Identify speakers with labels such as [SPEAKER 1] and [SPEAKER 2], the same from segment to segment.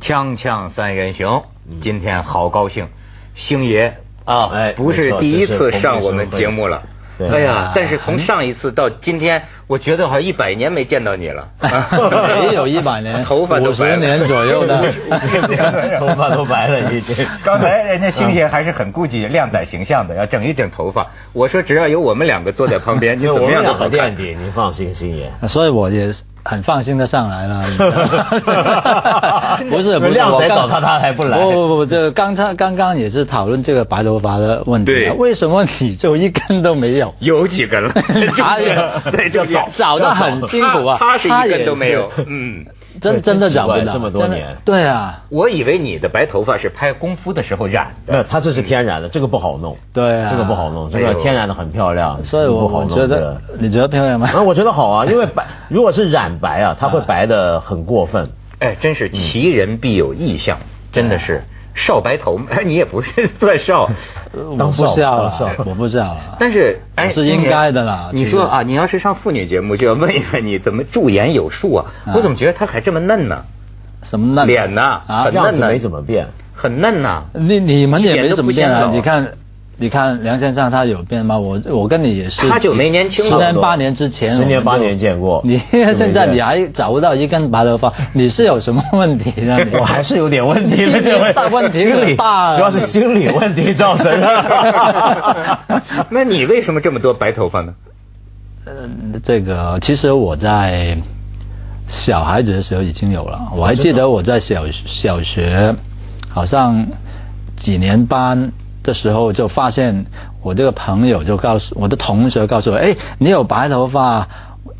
[SPEAKER 1] 锵锵三人行
[SPEAKER 2] 嗯，
[SPEAKER 1] 今天好高兴，星爷啊，
[SPEAKER 2] 哎
[SPEAKER 1] 不
[SPEAKER 2] 没
[SPEAKER 1] 是
[SPEAKER 2] 错
[SPEAKER 1] 第一
[SPEAKER 2] 这是
[SPEAKER 1] 次上我们节目了。
[SPEAKER 2] 对，
[SPEAKER 1] 哎呀
[SPEAKER 3] 啊，
[SPEAKER 1] 但是从上一次到今天，我觉得好像一百年没见到你了。
[SPEAKER 3] 也 有一百年，
[SPEAKER 1] 头发都
[SPEAKER 3] 五
[SPEAKER 1] 白了
[SPEAKER 3] 十年左右的
[SPEAKER 2] 头发都白了已经
[SPEAKER 1] 刚才人家星爷还是很顾忌靓仔形象的，要整一整头发。我说只要有我们两个坐在旁边，你
[SPEAKER 2] 因
[SPEAKER 1] 怎
[SPEAKER 2] 为
[SPEAKER 1] 么
[SPEAKER 2] 哎啊 我们
[SPEAKER 1] 样都
[SPEAKER 2] 两个
[SPEAKER 1] 好
[SPEAKER 2] 垫
[SPEAKER 1] 看。
[SPEAKER 2] 底，您放心，星爷。
[SPEAKER 3] 啊所以我也很放心的上 来了。不是不是，
[SPEAKER 2] 靓仔
[SPEAKER 3] 我刚
[SPEAKER 2] 找他他还不来
[SPEAKER 3] 不不不，这个刚才刚刚也是讨论这个白头发的问题啊。
[SPEAKER 1] 对
[SPEAKER 3] 为什么你就一根都没有？
[SPEAKER 1] 有几根了？
[SPEAKER 3] 哪有
[SPEAKER 1] 对，就
[SPEAKER 3] 找哎找得很辛苦啊，
[SPEAKER 1] 他他是一
[SPEAKER 3] 也
[SPEAKER 1] 根都没有。嗯，
[SPEAKER 3] 真
[SPEAKER 2] 对
[SPEAKER 3] 真
[SPEAKER 2] 真
[SPEAKER 3] 的
[SPEAKER 2] 奇
[SPEAKER 3] 找不
[SPEAKER 2] 怪
[SPEAKER 3] 到，
[SPEAKER 2] 这么多
[SPEAKER 3] 真的
[SPEAKER 2] 年
[SPEAKER 3] 对啊，
[SPEAKER 1] 我以为你的白头发是拍功夫的时候染的。
[SPEAKER 2] 没有，他这是天然的，这个不好弄。
[SPEAKER 3] 对啊
[SPEAKER 2] 这个不好弄，这
[SPEAKER 1] 哎
[SPEAKER 2] 个
[SPEAKER 1] 呦
[SPEAKER 2] 天然的很漂亮，
[SPEAKER 3] 所以我
[SPEAKER 2] 不好
[SPEAKER 3] 我
[SPEAKER 2] 弄
[SPEAKER 3] 觉
[SPEAKER 2] 对
[SPEAKER 3] 得你觉得漂亮吗？
[SPEAKER 2] 啊，我觉得好啊，因为白如果是染白啊，它会白的很过分。
[SPEAKER 1] 哎，真
[SPEAKER 3] 嗯
[SPEAKER 1] 是奇人必有异象，真的是少白头。 哎，你也不是算 少，
[SPEAKER 3] 我不
[SPEAKER 2] 少
[SPEAKER 3] 笑
[SPEAKER 2] 当
[SPEAKER 3] 了
[SPEAKER 2] 少，
[SPEAKER 3] 我不笑了。
[SPEAKER 1] 但是哎，
[SPEAKER 3] 是
[SPEAKER 1] 今
[SPEAKER 3] 应
[SPEAKER 1] 年
[SPEAKER 3] 该的啦
[SPEAKER 1] 你
[SPEAKER 3] 其
[SPEAKER 1] 说
[SPEAKER 3] 实
[SPEAKER 1] 啊，你要是上妇女节目，就要问一问你怎么驻颜有术啊？
[SPEAKER 3] 啊
[SPEAKER 1] 我怎么觉得她还这么嫩呢？
[SPEAKER 3] 什么呢？
[SPEAKER 1] 脸呐
[SPEAKER 3] 啊
[SPEAKER 1] 很，嫩
[SPEAKER 2] 样子
[SPEAKER 1] 呢
[SPEAKER 2] 没怎么变。
[SPEAKER 1] 很嫩 呐。
[SPEAKER 3] 你你们也没怎么变
[SPEAKER 1] 一点都
[SPEAKER 3] 啊？
[SPEAKER 1] 不显老
[SPEAKER 3] 你看，你看梁先生他有变吗？我我跟你也是，
[SPEAKER 1] 他就没年轻
[SPEAKER 3] 十
[SPEAKER 1] 了
[SPEAKER 3] 年八年之前，
[SPEAKER 2] 十年
[SPEAKER 3] 我们就
[SPEAKER 2] 八年见过
[SPEAKER 3] 你
[SPEAKER 2] 就没
[SPEAKER 3] 现在
[SPEAKER 2] 见
[SPEAKER 3] 你还找不到一根白头发，你是有什么问题呢？你
[SPEAKER 2] 我还是有点问 题的，这位
[SPEAKER 3] 大问 题
[SPEAKER 2] 心理
[SPEAKER 3] 很大啊
[SPEAKER 2] 主要是心理问题造成 的。
[SPEAKER 1] 那你为什么这么多白头发呢？
[SPEAKER 3] 呃，这个其实我在小孩子的时候已经有了，我还记得我在小小学好像几年班的时候就发现我这个朋友就告诉我的同学告诉我，哎，你有白头发，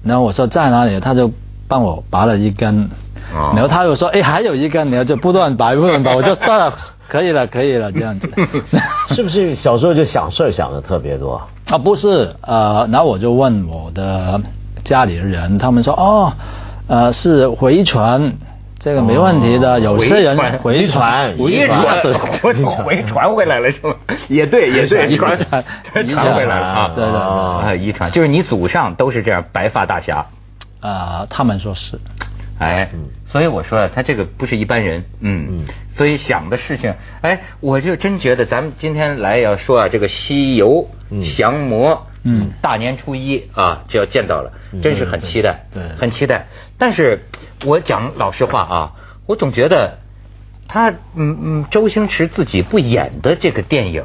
[SPEAKER 3] 然后我说在哪里，他就帮我拔了一根，
[SPEAKER 1] 哦
[SPEAKER 3] 然后他又说，哎，还有一根，然后就不断拔不断拔，我就算了，可以了，可以了，这样子。
[SPEAKER 2] 是不是小时候就想事儿想的特别多？
[SPEAKER 3] 啊，不是，呃，然后我就问我的家里人，他们说哦，呃，是回传，这个没问题的，
[SPEAKER 1] 哦
[SPEAKER 3] 有些人
[SPEAKER 1] 回
[SPEAKER 3] 回
[SPEAKER 2] 传
[SPEAKER 3] 传，
[SPEAKER 1] 遗传， 我回传回来了是吗？也对，也对，
[SPEAKER 3] 遗
[SPEAKER 1] 传
[SPEAKER 3] 传
[SPEAKER 1] 传
[SPEAKER 3] 遗
[SPEAKER 1] 传
[SPEAKER 3] 传
[SPEAKER 1] 回来了啊！
[SPEAKER 3] 对对对
[SPEAKER 1] 啊，遗传就是你祖上都是这样白发大侠，
[SPEAKER 3] 呃，他们说是，
[SPEAKER 1] 哎，所以我说啊，他这个不是一般人，嗯
[SPEAKER 2] 嗯，
[SPEAKER 1] 所以想的事情，哎，我就真觉得咱们今天来要说啊，这个西游
[SPEAKER 2] 嗯、
[SPEAKER 1] 降魔，
[SPEAKER 3] 嗯，
[SPEAKER 1] 大年初一啊就要见到了，真是很期待，
[SPEAKER 3] 对对对
[SPEAKER 1] 很期待。但是我讲老实话啊，我总觉得他，嗯嗯，周星驰自己不演的这个电影，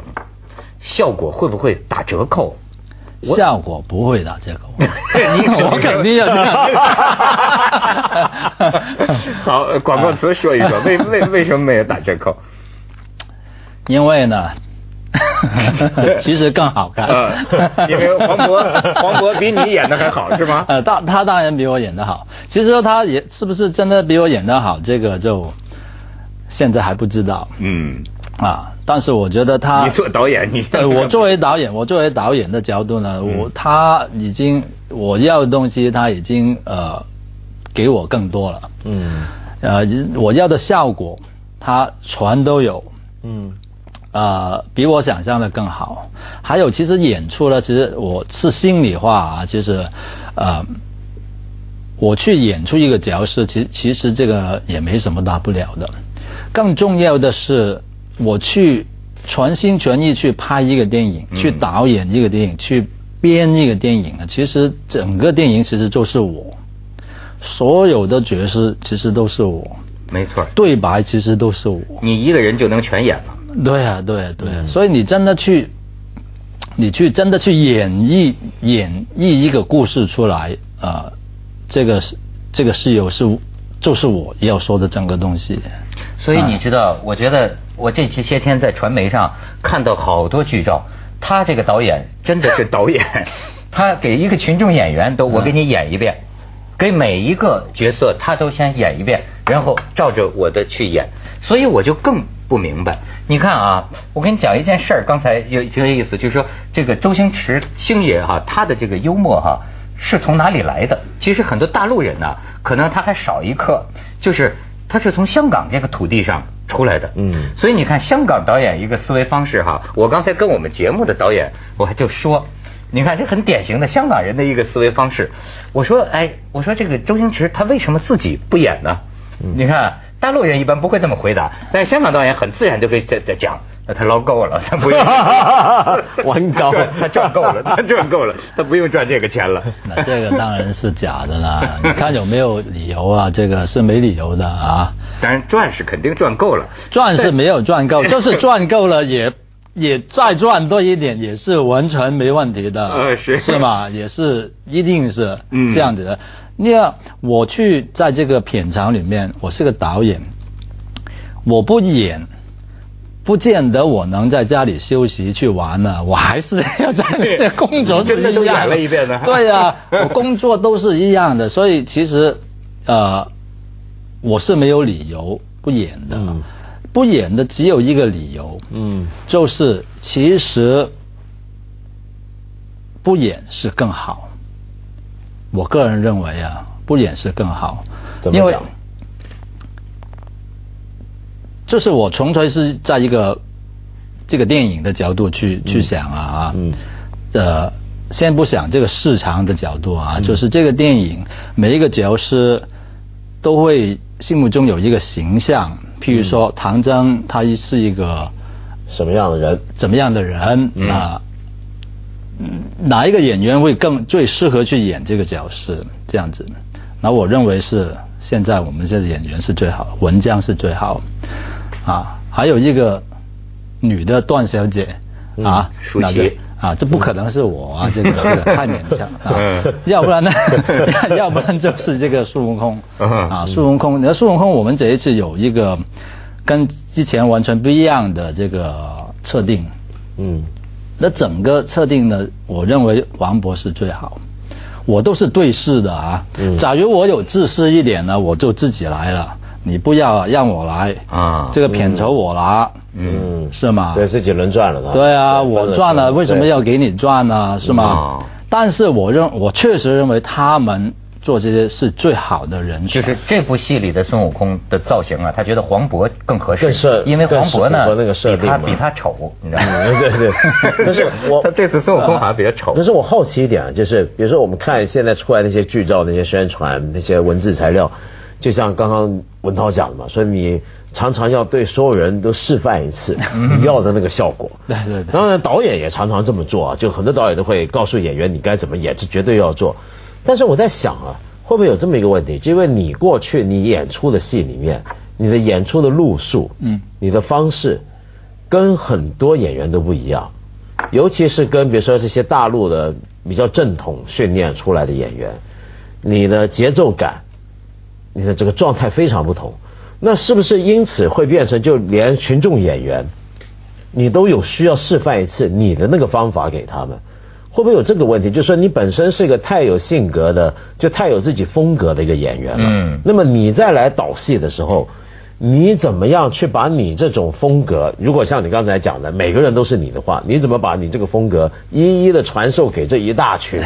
[SPEAKER 1] 效果会不会打折扣？
[SPEAKER 3] 效果不会的，这个
[SPEAKER 1] 你可。
[SPEAKER 3] 我肯定要这样
[SPEAKER 1] 好，呃广告词说一说， 为为为什么没有打折扣？
[SPEAKER 3] 因为 呢，其实更好看。
[SPEAKER 1] 呃因为黄 渤黄渤比你演得还好是吗
[SPEAKER 3] 呃，当他当然比我演得好。其实说他也是不是真的比我演得好，这个就现在还不知道
[SPEAKER 1] 嗯，
[SPEAKER 3] 啊。但是我觉得他，
[SPEAKER 1] 你做导演你嗯
[SPEAKER 3] 对我作为导演，我作为导演的角度呢，我他已经我要的东西他已经呃给我更多了，
[SPEAKER 2] 嗯
[SPEAKER 3] 呃我要的效果他全都有，
[SPEAKER 2] 嗯，
[SPEAKER 3] 呃，比我想象的更好。还有，其实演出呢，其实我是心里话啊，就是呃，我去演出一个角色，其其实这个也没什么大不了的。更重要的是，我去全心全意去拍一个电影，
[SPEAKER 1] 嗯
[SPEAKER 3] 去导演一个电影，去编一个电影呢，其实整个电影其实就是我，所有的角色其实都是我，
[SPEAKER 1] 没错，
[SPEAKER 3] 对白其实都是我。
[SPEAKER 1] 你一个人就能全演了。
[SPEAKER 3] 对啊，对啊，对啊，
[SPEAKER 2] 嗯
[SPEAKER 3] 所以你真的去，你去真的去演绎演绎一个故事出来，呃，这个是这个室友是就是我要说的整个东西。
[SPEAKER 1] 所以你知道，我觉得我这些些天在传媒上看到好多剧照，他这个导演真的是 导演，他给一个群众演员都我给你演一遍， 给每一个角色他都先演一遍，然后照着我的去演，所以我就更不明白。你看啊，我跟你讲一件事儿，刚才有挺有意思，就是说这个周星驰星爷哈、他的这个幽默哈、是从哪里来的？其实很多大陆人呢、可能他还少一课，就是他是从香港这个土地上出来的。
[SPEAKER 2] 嗯
[SPEAKER 1] 所以你看香港导演一个思维方式哈，我刚才跟我们节目的导演我还就说，你看这很典型的香港人的一个思维方式。我说，哎，我说这个周星驰他为什么自己不演呢？你看大陆人一般不会这么回答，但是香港导演很自然就可以在在讲，那他捞够了，他不用
[SPEAKER 2] 玩高
[SPEAKER 1] 他赚他赚够了，他赚够了，他不用赚这个钱了。
[SPEAKER 3] 那这个当然是假的啦，你看有没有理由啊？这个是没理由的啊，
[SPEAKER 1] 当然赚是肯定赚够了，
[SPEAKER 3] 赚是没有赚够，就是赚够了也 也再赚多一点也是完全没问题的，
[SPEAKER 1] 呃是
[SPEAKER 3] 是吗？也是一定是
[SPEAKER 1] 嗯
[SPEAKER 3] 这样子的。那样我去在这个片场里面，我是个导演，我不演。不见得我能在家里休息去玩呢，我还是要在
[SPEAKER 1] 对
[SPEAKER 3] 工作是
[SPEAKER 1] 真 的
[SPEAKER 3] 一
[SPEAKER 1] 都
[SPEAKER 3] 样
[SPEAKER 1] 演了一遍呢
[SPEAKER 3] 对呀、我工作都是一样的，所以其实呃，我是没有理由不演的，
[SPEAKER 2] 嗯
[SPEAKER 3] 不演的只有一个理由，
[SPEAKER 2] 嗯
[SPEAKER 3] 就是其实不演是更好。我个人认为啊，不演是更好，
[SPEAKER 2] 怎么
[SPEAKER 3] 因为
[SPEAKER 2] 讲
[SPEAKER 3] 就是我纯粹是在一个这个电影的角度去、去想啊啊，
[SPEAKER 2] 嗯
[SPEAKER 3] 呃，先不想这个市场的角度
[SPEAKER 2] 嗯
[SPEAKER 3] 啊，就是这个电影每一个角色都会心目中有一个形象，譬如说唐僧他是一个
[SPEAKER 2] 什么样的人？
[SPEAKER 3] 怎么样的人啊？嗯哪一个演员会更最适合去演这个角色？这样子，那我认为是现在我们这演员是最好，文江是最好啊，还有一个女的段小姐啊，
[SPEAKER 1] 舒
[SPEAKER 3] 那个
[SPEAKER 1] 淇
[SPEAKER 3] 啊，这不可能是我啊，这个这个太勉强啊
[SPEAKER 1] 嗯，
[SPEAKER 3] 要不然呢，要不然就是这个孙悟空
[SPEAKER 1] 嗯
[SPEAKER 3] 啊，孙悟空，那孙悟空我们这一次有一个跟之前完全不一样的这个测定，
[SPEAKER 2] 嗯
[SPEAKER 3] 那整个测定呢，我认为王博士最好。我都是对视的啊，
[SPEAKER 2] 嗯
[SPEAKER 3] 假如我有自私一点呢，我就自己来了，你不要让我来
[SPEAKER 1] 啊
[SPEAKER 3] 这个片酬我拿，
[SPEAKER 1] 嗯
[SPEAKER 3] 是吗？
[SPEAKER 2] 对，自己轮赚了他。
[SPEAKER 3] 对啊，我赚了，为什么要
[SPEAKER 2] 对
[SPEAKER 3] 给你赚呢？是吗
[SPEAKER 1] 嗯？
[SPEAKER 3] 但是我认，我确实认为他们做这些是最好的
[SPEAKER 2] 嗯
[SPEAKER 3] 人
[SPEAKER 1] 就
[SPEAKER 3] 选，
[SPEAKER 1] 是这部戏里的孙悟空的造型啊，他觉得黄渤更合适
[SPEAKER 2] 更，适
[SPEAKER 1] 因为
[SPEAKER 2] 更
[SPEAKER 1] 黄渤呢
[SPEAKER 2] 适合那个设
[SPEAKER 1] 比他
[SPEAKER 2] 定嘛
[SPEAKER 1] 比他丑，你知道吗？
[SPEAKER 2] 嗯对 对，但是我
[SPEAKER 1] 他这次孙悟空好像比较丑
[SPEAKER 2] 可是我好奇一点啊，就是比如说我们看现在出来那些剧照、那些宣传、那些文字材料，就像刚刚文涛讲的嘛，说你常常要对所有人都示范一 次你要的那个效果。
[SPEAKER 3] 对对对
[SPEAKER 2] 当然，导演也常常这么做啊，就很多导演都会告诉演员你该怎么演，这绝对要做。但是我在想啊，会不会有这么一个问题？就因为你过去你演出的戏里面，你的演出的路数，
[SPEAKER 3] 嗯
[SPEAKER 2] 你的方式跟很多演员都不一样，尤其是跟比如说这些大陆的比较正统训练出来的演员，你的节奏感，你的这个状态非常不同。那是不是因此会变成就连群众演员，你都有需要示范一次你的那个方法给他们？会不会有这个问题？就是说你本身是一个太有性格的，就太有自己风格的一个演员了。
[SPEAKER 1] 嗯
[SPEAKER 2] 那么你再来导戏的时候，你怎么样去把你这种风格，如果像你刚才讲的，每个人都是你的话，你怎么把你这个风格一一的传授给这一大群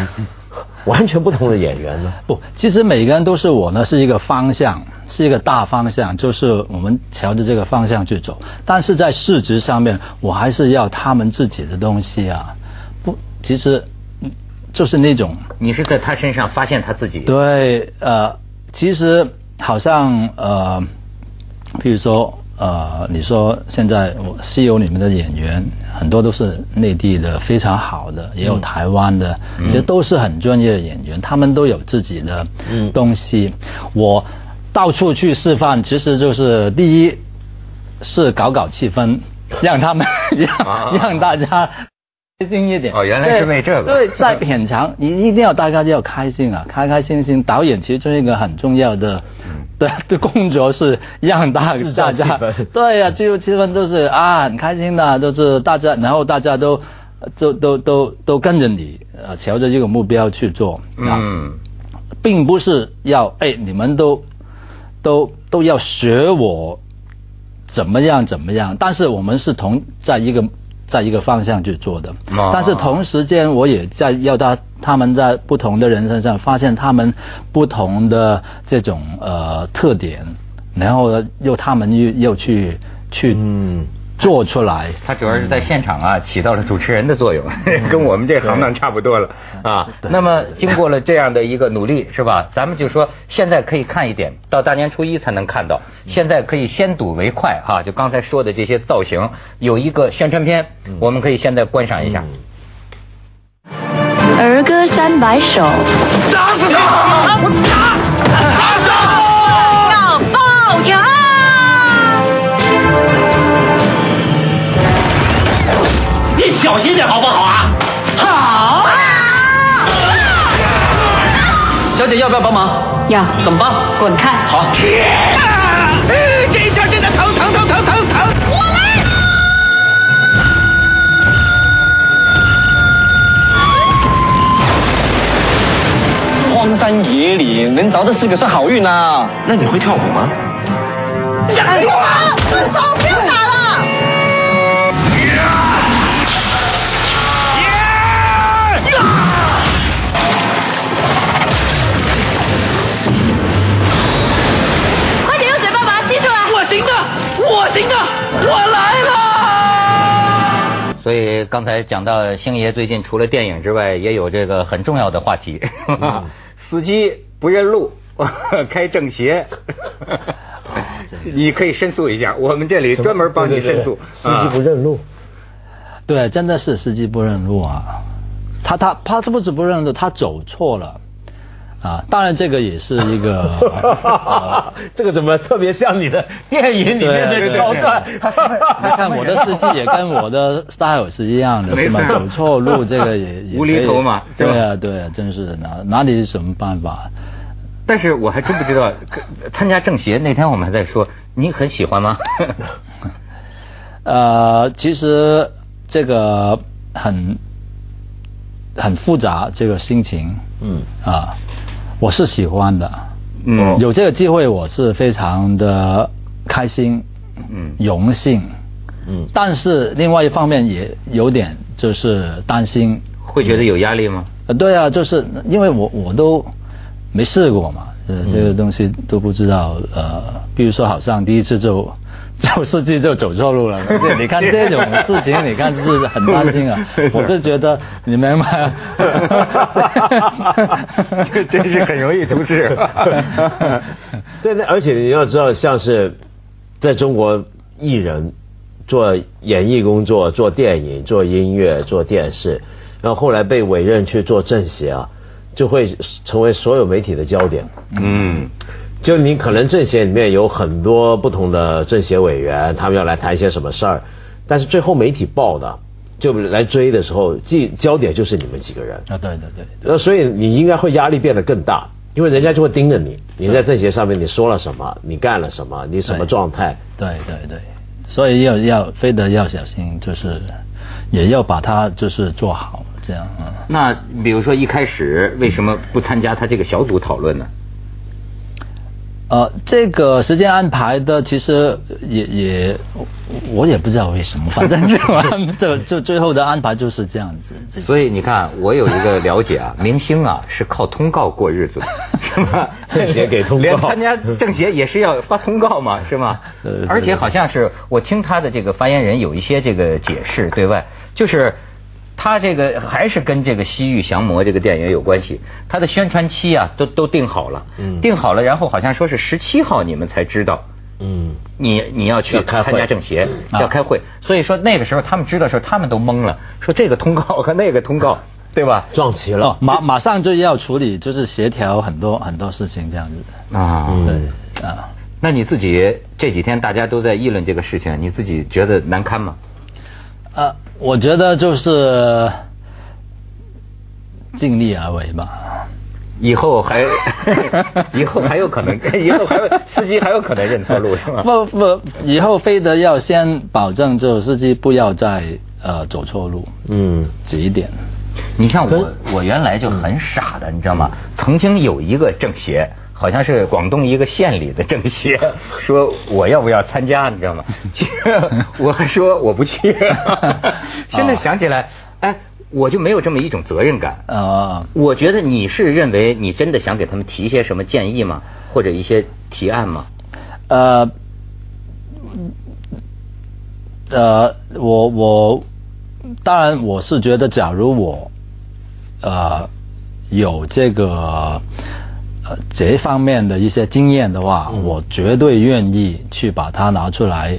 [SPEAKER 2] 完全不同的演员呢？
[SPEAKER 3] 不，其实每个人都是我呢，是一个方向，是一个大方向，就是我们朝着这个方向去走。但是在市值上面，我还是要他们自己的东西啊。不，其实嗯就是那种
[SPEAKER 1] 你是在他身上发现他自己，啊
[SPEAKER 3] 对，呃，其实好像呃，譬如说呃，你说现在我西游里面的演员很多都是内地的非常好的，也有台湾的，
[SPEAKER 1] 嗯
[SPEAKER 3] 其实都是很专业的演员，他们都有自己的
[SPEAKER 2] 嗯
[SPEAKER 3] 东西。我到处去示范，其实就是第一是搞搞气氛，让他们
[SPEAKER 1] 啊
[SPEAKER 3] 让让大家。开心一点
[SPEAKER 1] 哦原来是为这个
[SPEAKER 3] 对，对在品尝，你一定要大家要开心啊，开开心心。导演其中一个很重要的 的的工作是让大
[SPEAKER 2] 制造
[SPEAKER 3] 大
[SPEAKER 2] 气
[SPEAKER 3] 家
[SPEAKER 2] 氛
[SPEAKER 3] 对呀、最后气氛都是啊很开心的，都是大家，然后大家都都都都都跟着你，呃，朝着这个目标去做。啊，
[SPEAKER 1] 嗯，
[SPEAKER 3] 并不是要哎你们都都都要学我怎么样怎么样，但是我们是同在一个在一个方向去做的
[SPEAKER 1] 哦，
[SPEAKER 3] 但是同时间我也在要到他们在不同的人身上发现他们不同的这种呃特点，然后呢又他们又又去去
[SPEAKER 2] 嗯
[SPEAKER 3] 做出来。
[SPEAKER 1] 他主要是在现场啊，起到了主持人的作用， 跟我们这行当差不多了啊。那么经过了这样的一个努力，是吧？咱们就说现在可以看一点，到大年初一才能看到。现在可以先睹为快哈、就刚才说的这些造型，有一个宣传片，我们可以现在观赏一下。
[SPEAKER 4] 儿歌三百首，
[SPEAKER 5] 打死他！我打，打死
[SPEAKER 4] 要报仇！
[SPEAKER 5] 你小心点好不好啊？好。小姐要不要帮忙？
[SPEAKER 4] 要
[SPEAKER 5] 怎么帮？
[SPEAKER 4] 滚开！
[SPEAKER 5] 好。这一下真的疼疼疼疼疼疼！我来了。荒山野岭能找到四个是好运啊！那你会跳舞吗？
[SPEAKER 4] 手不要打了！快点用嘴巴把它吸出来！
[SPEAKER 5] 我行的，我行的，我来了！
[SPEAKER 1] 所以刚才讲到星爷最近除了电影之外，也有这个很重要的话题，
[SPEAKER 2] 嗯
[SPEAKER 1] 司机不认路， 开正邪。
[SPEAKER 2] 哦
[SPEAKER 1] 你可以申诉一下，我们这里专门帮你申诉。啊
[SPEAKER 2] 司机不认路，
[SPEAKER 3] 对，真的是司机不认路啊！他他他是不是不认路？他走错了啊！当然，这个也是一个 呃
[SPEAKER 2] 这个怎么特别像你的电影里面的桥段？
[SPEAKER 3] 你看我的司机也跟我的 style 是一样的，
[SPEAKER 1] 没
[SPEAKER 3] 是吗？
[SPEAKER 1] 错
[SPEAKER 3] 走 错路这个也也
[SPEAKER 1] 无厘
[SPEAKER 3] 可以
[SPEAKER 1] 头嘛对
[SPEAKER 3] 对
[SPEAKER 1] 吧
[SPEAKER 3] 啊，对啊，真是哪哪里是什么办法？
[SPEAKER 1] 但是我还真不知道，参加政协那天我们还在说，你很喜欢 吗？
[SPEAKER 3] 呃，其实这个很很复杂，这个心情，
[SPEAKER 2] 嗯
[SPEAKER 3] 啊，我是喜欢的，
[SPEAKER 1] 嗯
[SPEAKER 2] 哦
[SPEAKER 3] 有这个机会我是非常的开心，
[SPEAKER 1] 嗯
[SPEAKER 3] 荣幸，
[SPEAKER 2] 嗯
[SPEAKER 3] 但是另外一方面也有点就是担心，
[SPEAKER 1] 会觉得有压力吗？
[SPEAKER 3] 呃，对啊，就是因为我我都没试过嘛，呃，
[SPEAKER 1] 嗯
[SPEAKER 3] 这个东西都不知道，呃，比如说好像第一次就 就司机就走错路 了，对你看这种事情，你看是很担心啊
[SPEAKER 1] 是，？
[SPEAKER 3] 我是觉得你明白吗
[SPEAKER 2] 嗯
[SPEAKER 1] 这 真是很容易出 事
[SPEAKER 2] 对，那而且你要知道，像是在中国艺人做演艺工作、做电影、做音乐、做电视，然后后来被委任去做政协啊，就会成为所有媒体的焦点。
[SPEAKER 1] 嗯
[SPEAKER 2] 就你可能政协里面有很多不同的政协委员，他们要来谈一些什么事儿，但是最后媒体报的，就来追的时候，即焦点就是你们几个人。
[SPEAKER 3] 啊，对对对。
[SPEAKER 2] 那所以你应该会压力变得更大，因为人家就会盯着你，你在政协上面你说了什么，你干了什么，你什么
[SPEAKER 3] 对
[SPEAKER 2] 状态，
[SPEAKER 3] 对对对，所以要要非得要小心，就是也要把它就是做好，这样嗯。
[SPEAKER 1] 那比如说一开始为什么不参加他这个小组讨论呢？
[SPEAKER 3] 呃，这个时间安排的其实也也我我也不知道为什么，反正就 就就最后的安排就是这样子。
[SPEAKER 1] 所以你看，我有一个了解啊，明星啊是靠通告过日子的，是吧？
[SPEAKER 2] 政协给通告
[SPEAKER 1] 连参加政协也是要发通告嘛，是吗
[SPEAKER 3] 对
[SPEAKER 2] 呃
[SPEAKER 3] 对？对
[SPEAKER 1] 而且好像是我听他的这个发言人有一些这个解释，对外就是。他这个还是跟这个《西域降魔》这个电影有关系，他的宣传期啊都都定好了，
[SPEAKER 2] 嗯
[SPEAKER 1] 定好了，然后好像说是十七号你们才知道，
[SPEAKER 2] 嗯，
[SPEAKER 1] 你你要去
[SPEAKER 2] 要开会嗯
[SPEAKER 1] 参加政协，
[SPEAKER 3] 啊
[SPEAKER 1] 要开会，所以说那个时候他们知道的时候，他们都懵了，说这个通告和那个通 告，对吧？
[SPEAKER 2] 撞齐
[SPEAKER 3] 哦
[SPEAKER 2] 了，，
[SPEAKER 3] 马马上就要处理，就是协调很多很多事情这样子
[SPEAKER 1] 啊，
[SPEAKER 2] 嗯，
[SPEAKER 3] 啊。
[SPEAKER 1] 那你自己这几天大家都在议论这个事情，你自己觉得难堪吗？
[SPEAKER 3] 呃，我觉得就是尽力而为吧。
[SPEAKER 1] 以后还， 以后还有可能，以后还有 司机还有可能认错路是吗？
[SPEAKER 3] 不不，以后非得要先保证，就司机不要再呃走错路，
[SPEAKER 2] 嗯，
[SPEAKER 3] 指一点。
[SPEAKER 1] 你像我，我原来就很傻的，你知道吗？曾经有一个政协，好像是广东一个县里的政协，说我要不要参加，你知道吗？其实我还说我不去。现在想起来，哎，我就没有这么一种责任感。
[SPEAKER 3] 呃，
[SPEAKER 1] 我觉得你是认为你真的想给他们提一些什么建议吗？或者一些提案吗？
[SPEAKER 3] 呃，呃，我我当然我是觉得，假如我呃有这个呃这方面的一些经验的话，
[SPEAKER 2] 嗯
[SPEAKER 3] 我绝对愿意去把它拿出来。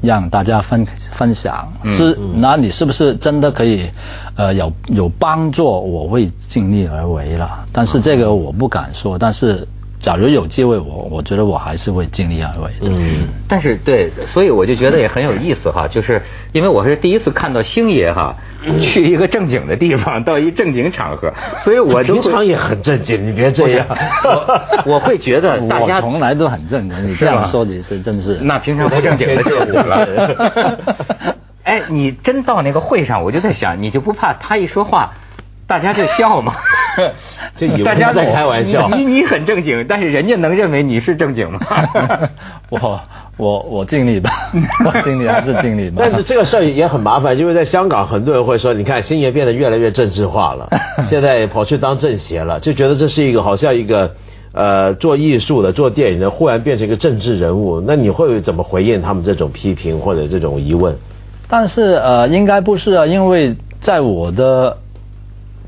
[SPEAKER 3] 让大家分分享
[SPEAKER 1] 嗯
[SPEAKER 3] 是
[SPEAKER 2] 嗯
[SPEAKER 3] 那啊你是不是真的可以，呃，有有帮助，我会尽力而为了。但是这个我不敢说，但是假如有机会，我我觉得我还是会尽力而为的。
[SPEAKER 2] 嗯
[SPEAKER 1] 但是对，所以我就觉得也很有意思哈， 就是因为我是第一次看到星爷哈，
[SPEAKER 3] 嗯
[SPEAKER 1] 去一个正经的地方，到一正经场 合，所以我都
[SPEAKER 2] 平
[SPEAKER 1] 会
[SPEAKER 2] 常也很正经，你别这样。
[SPEAKER 1] 我我会觉 得大家
[SPEAKER 3] 我从来都很正经，你
[SPEAKER 1] 是
[SPEAKER 3] 这
[SPEAKER 1] 吗
[SPEAKER 3] 样说你是真是。
[SPEAKER 1] 那平常不正经的就是我 了。哎，你真到那个会上，我就在想，你就不怕他一说话，大家就笑 吗？
[SPEAKER 2] 就以为
[SPEAKER 1] 大家
[SPEAKER 2] 他在开玩笑
[SPEAKER 1] 你你很正经，但是人家能认为你是正经 吗？
[SPEAKER 3] 我我我尽力 吧，我尽力还是尽力吧。
[SPEAKER 2] 但是这个事儿也很麻烦，因为在香港，很多人会说，你看星爷变得越来越政治化了，现在跑去当政协了，就觉得这是一个好像一个呃做艺术的、做电影的，忽然变成一个政治人物，那你会怎么回应他们这种批评或者这种疑问？
[SPEAKER 3] 但是呃，应该不是啊，因为在我的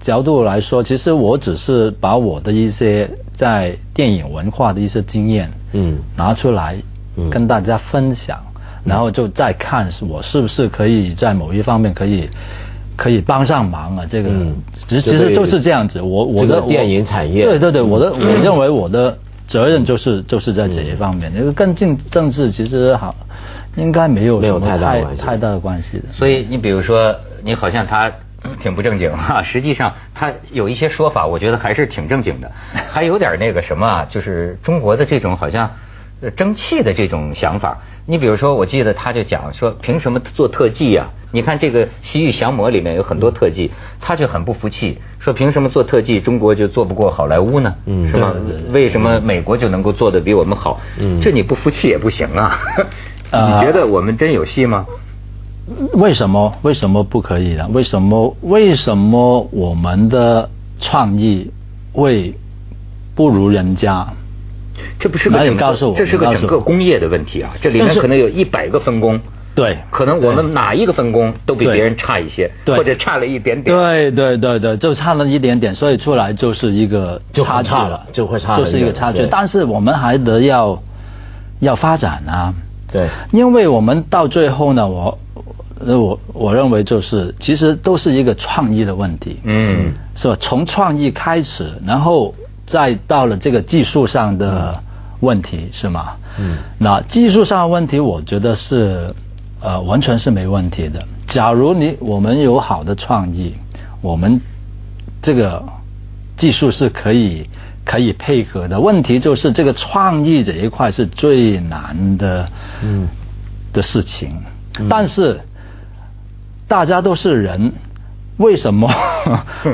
[SPEAKER 3] 角度来说，其实我只是把我的一些在电影文化的一些经验，
[SPEAKER 2] 嗯
[SPEAKER 3] 拿出来
[SPEAKER 2] 嗯
[SPEAKER 3] 跟大家分享，然后就再看是我是不是可以在某一方面可以。可以帮上忙啊，这个
[SPEAKER 2] 嗯
[SPEAKER 3] 其
[SPEAKER 2] 就
[SPEAKER 3] 其实
[SPEAKER 2] 对
[SPEAKER 3] 就是这样子。我我
[SPEAKER 2] 这
[SPEAKER 3] 的
[SPEAKER 2] 个
[SPEAKER 3] 我
[SPEAKER 2] 电影产业嗯
[SPEAKER 3] 对对对，我的我认为我的责任就是就是在这一方面。
[SPEAKER 2] 嗯
[SPEAKER 3] 因为跟政政治其实好，应该没有
[SPEAKER 2] 没有
[SPEAKER 3] 什么
[SPEAKER 2] 太大
[SPEAKER 3] 太
[SPEAKER 2] 关系
[SPEAKER 3] 太大的关系的。
[SPEAKER 1] 所以你比如说，你好像他挺不正经哈、实际上他有一些说法，我觉得还是挺正经的，还有点那个什么啊，就是中国的这种好像呃争气的这种想法。你比如说，我记得他就讲说，凭什么做特技呀、你看这个《西域降魔》里面有很多特技，他就很不服气，说凭什么做特技中国就做不过好莱坞呢？
[SPEAKER 2] 嗯
[SPEAKER 1] 是吧？为什么美国就能够做得比我们好？
[SPEAKER 2] 嗯
[SPEAKER 1] 这你不服气也不行啊！ 呃你
[SPEAKER 3] 啊
[SPEAKER 1] 觉得我们真有戏吗？
[SPEAKER 3] 为什么为什么不可以呢？为什么为什么我们的创意会不如人家？
[SPEAKER 1] 这不是个
[SPEAKER 3] 哪有
[SPEAKER 1] 整个
[SPEAKER 3] 告诉我
[SPEAKER 1] 这是个
[SPEAKER 3] 哪有告诉
[SPEAKER 1] 整
[SPEAKER 3] 我
[SPEAKER 1] 个工业的问题啊！这里面
[SPEAKER 3] 但是
[SPEAKER 1] 可能有一百个分工，
[SPEAKER 3] 对
[SPEAKER 1] 可能我们哪一个分工都比
[SPEAKER 3] 对
[SPEAKER 1] 别人差一些，
[SPEAKER 3] 对
[SPEAKER 1] 或者差了一点点。
[SPEAKER 3] 对对对对，就差了一点点，所以出来就是一个
[SPEAKER 2] 就很
[SPEAKER 3] 差距
[SPEAKER 2] 差了就会差了
[SPEAKER 3] 就是一
[SPEAKER 2] 一
[SPEAKER 3] 个
[SPEAKER 2] 点
[SPEAKER 3] 差距
[SPEAKER 2] 对。
[SPEAKER 3] 但是我们还得要要发展啊，
[SPEAKER 2] 对
[SPEAKER 3] 因为我们到最后呢，我呃我我认为就是其实都是一个创意的问题，
[SPEAKER 1] 嗯，
[SPEAKER 3] 是吧？从创意开始，然后再到了这个技术上的问题，是吗？
[SPEAKER 2] 嗯
[SPEAKER 3] 那技术上的问题，我觉得是呃完全是没问题的。假如你我们有好的创意，我们这个技术是可以可以配合的。问题就是这个创意这一块是最难的，
[SPEAKER 2] 嗯
[SPEAKER 3] 的事情
[SPEAKER 2] 嗯。
[SPEAKER 3] 但是大家都是人，为什 么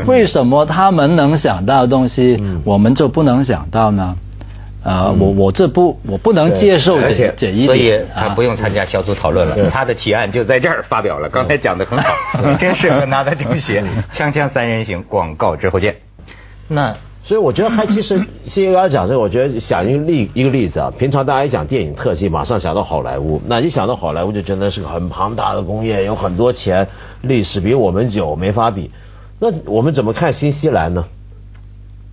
[SPEAKER 3] 为什么他们能想到的东西
[SPEAKER 2] 嗯，
[SPEAKER 3] 我们就不能想到呢？呃，
[SPEAKER 2] 嗯
[SPEAKER 3] 我我这不我不能接受
[SPEAKER 1] 而
[SPEAKER 3] 这
[SPEAKER 1] 且
[SPEAKER 3] 这一点，
[SPEAKER 1] 所以他
[SPEAKER 3] 啊
[SPEAKER 1] 不用参加小组讨论了，
[SPEAKER 2] 对
[SPEAKER 1] 他的提案就在这儿发表了。刚才讲的很 好，真适合拿它正写。锵锵三人行，广告之后见。那
[SPEAKER 2] 所以我觉得还其实谢谢刚才讲这个，我觉得想一个例一个例子啊，平常大家一讲电影特技，马上想到好莱坞，那一想到好莱坞就真的是个很庞大的工业，有很多钱，历史比我们久，没法比。那我们怎么看新西兰呢？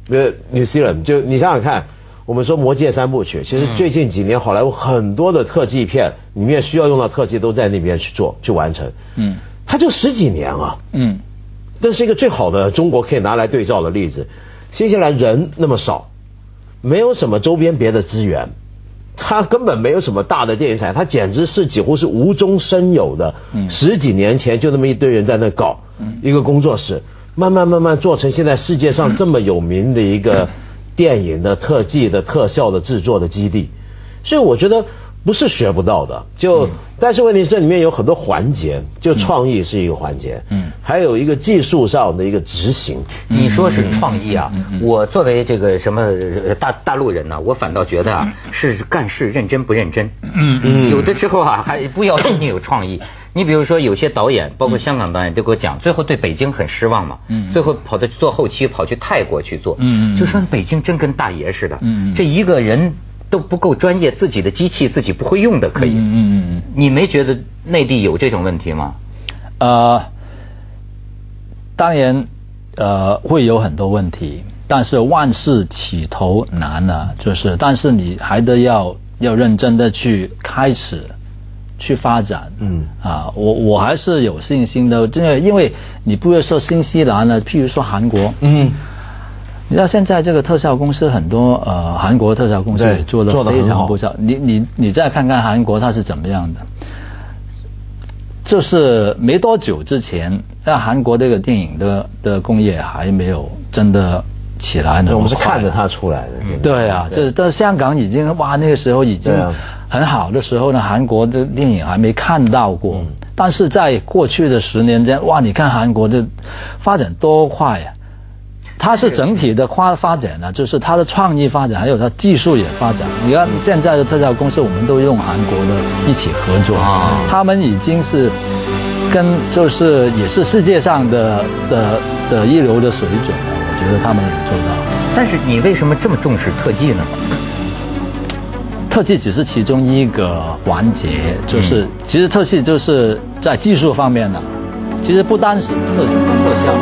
[SPEAKER 2] 呃，New Zealand，就你想想看，我们说《魔戒》三部曲，其实最近几年好莱坞很多的特技片里面需要用到特技，都在那边去做去完成。
[SPEAKER 3] 嗯
[SPEAKER 2] 它就十几年啊，
[SPEAKER 3] 嗯
[SPEAKER 2] 这是一个最好的中国可以拿来对照的例子。新西兰人那么少，没有什么周边别的资源，它根本没有什么大的电影产业，它简直是几乎是无中生有的。
[SPEAKER 3] 嗯
[SPEAKER 2] 十几年前就那么一堆人在那搞、
[SPEAKER 3] 嗯
[SPEAKER 2] 一个工作室，慢慢慢慢做成现在世界上这么有名的一
[SPEAKER 3] 嗯
[SPEAKER 2] 个电影的特技的特效的制作的基地。所以我觉得不是学不到的，
[SPEAKER 3] 嗯
[SPEAKER 2] 就、但是问题是这里面有很多环节，就创意是一个环节，
[SPEAKER 3] 嗯
[SPEAKER 2] 还有一个技术上的一个执行，
[SPEAKER 1] 你说是创意啊
[SPEAKER 3] 嗯嗯嗯，嗯
[SPEAKER 1] 我作为这个什么呃大大陆人呢、我反倒觉得啊，是干事认真不认真。
[SPEAKER 3] 嗯
[SPEAKER 2] 嗯
[SPEAKER 1] 有的时候啊，还不要求你有创意。你比如说，有些导演，包括香港导演，都给我讲，最后对北京很失望嘛，
[SPEAKER 3] 嗯嗯
[SPEAKER 1] 最后跑到做后期，跑去泰国去做，
[SPEAKER 3] 嗯嗯嗯
[SPEAKER 1] 就说北京真跟大爷似的，
[SPEAKER 3] 嗯嗯
[SPEAKER 1] 这一个人都不够专业，自己的机器自己不会用的可以。
[SPEAKER 3] 嗯嗯嗯嗯
[SPEAKER 1] 你没觉得内地有这种问题吗？
[SPEAKER 3] 呃，当然呃会有很多问题，但是万事起头难啊，就是但是你还得要要认真的去开始去发展，
[SPEAKER 2] 嗯
[SPEAKER 3] 啊，我我还是有信心的，因为因为你不要说新西兰了，譬如说韩国，
[SPEAKER 2] 嗯，
[SPEAKER 3] 你知道现在这个特效公司很多，呃，韩国特效公司
[SPEAKER 2] 对
[SPEAKER 3] 也做
[SPEAKER 2] 做得
[SPEAKER 3] 的
[SPEAKER 2] 很
[SPEAKER 3] 非常
[SPEAKER 2] 好
[SPEAKER 3] 不错。你你你再看看韩国它是怎么样的，就是没多久之前，那韩国这个电影的的工业还没有真的起来呢。
[SPEAKER 2] 对我们是看着它出来的。真的
[SPEAKER 3] 对啊，这在香港已经哇，那个时候已经
[SPEAKER 2] 嗯对啊
[SPEAKER 3] 很好的时候呢，韩国的电影还没看到过。
[SPEAKER 2] 嗯
[SPEAKER 3] 但是在过去的十年间，哇，你看韩国的发展多快呀、它是整体的发发展呢、就是它的创意发展，还有它技术也发展。你看现在的特效公司，我们都用韩国的一起合作，
[SPEAKER 1] 啊
[SPEAKER 3] 他们已经是跟就是也是世界上的的的一流的水准了。我觉得他们也做到。
[SPEAKER 1] 但是你为什么这么重视特技呢？
[SPEAKER 3] 特技只是其中一个环节，就是、
[SPEAKER 1] 嗯
[SPEAKER 3] 其实特技就是在技术方面呢，其实不单是特特效。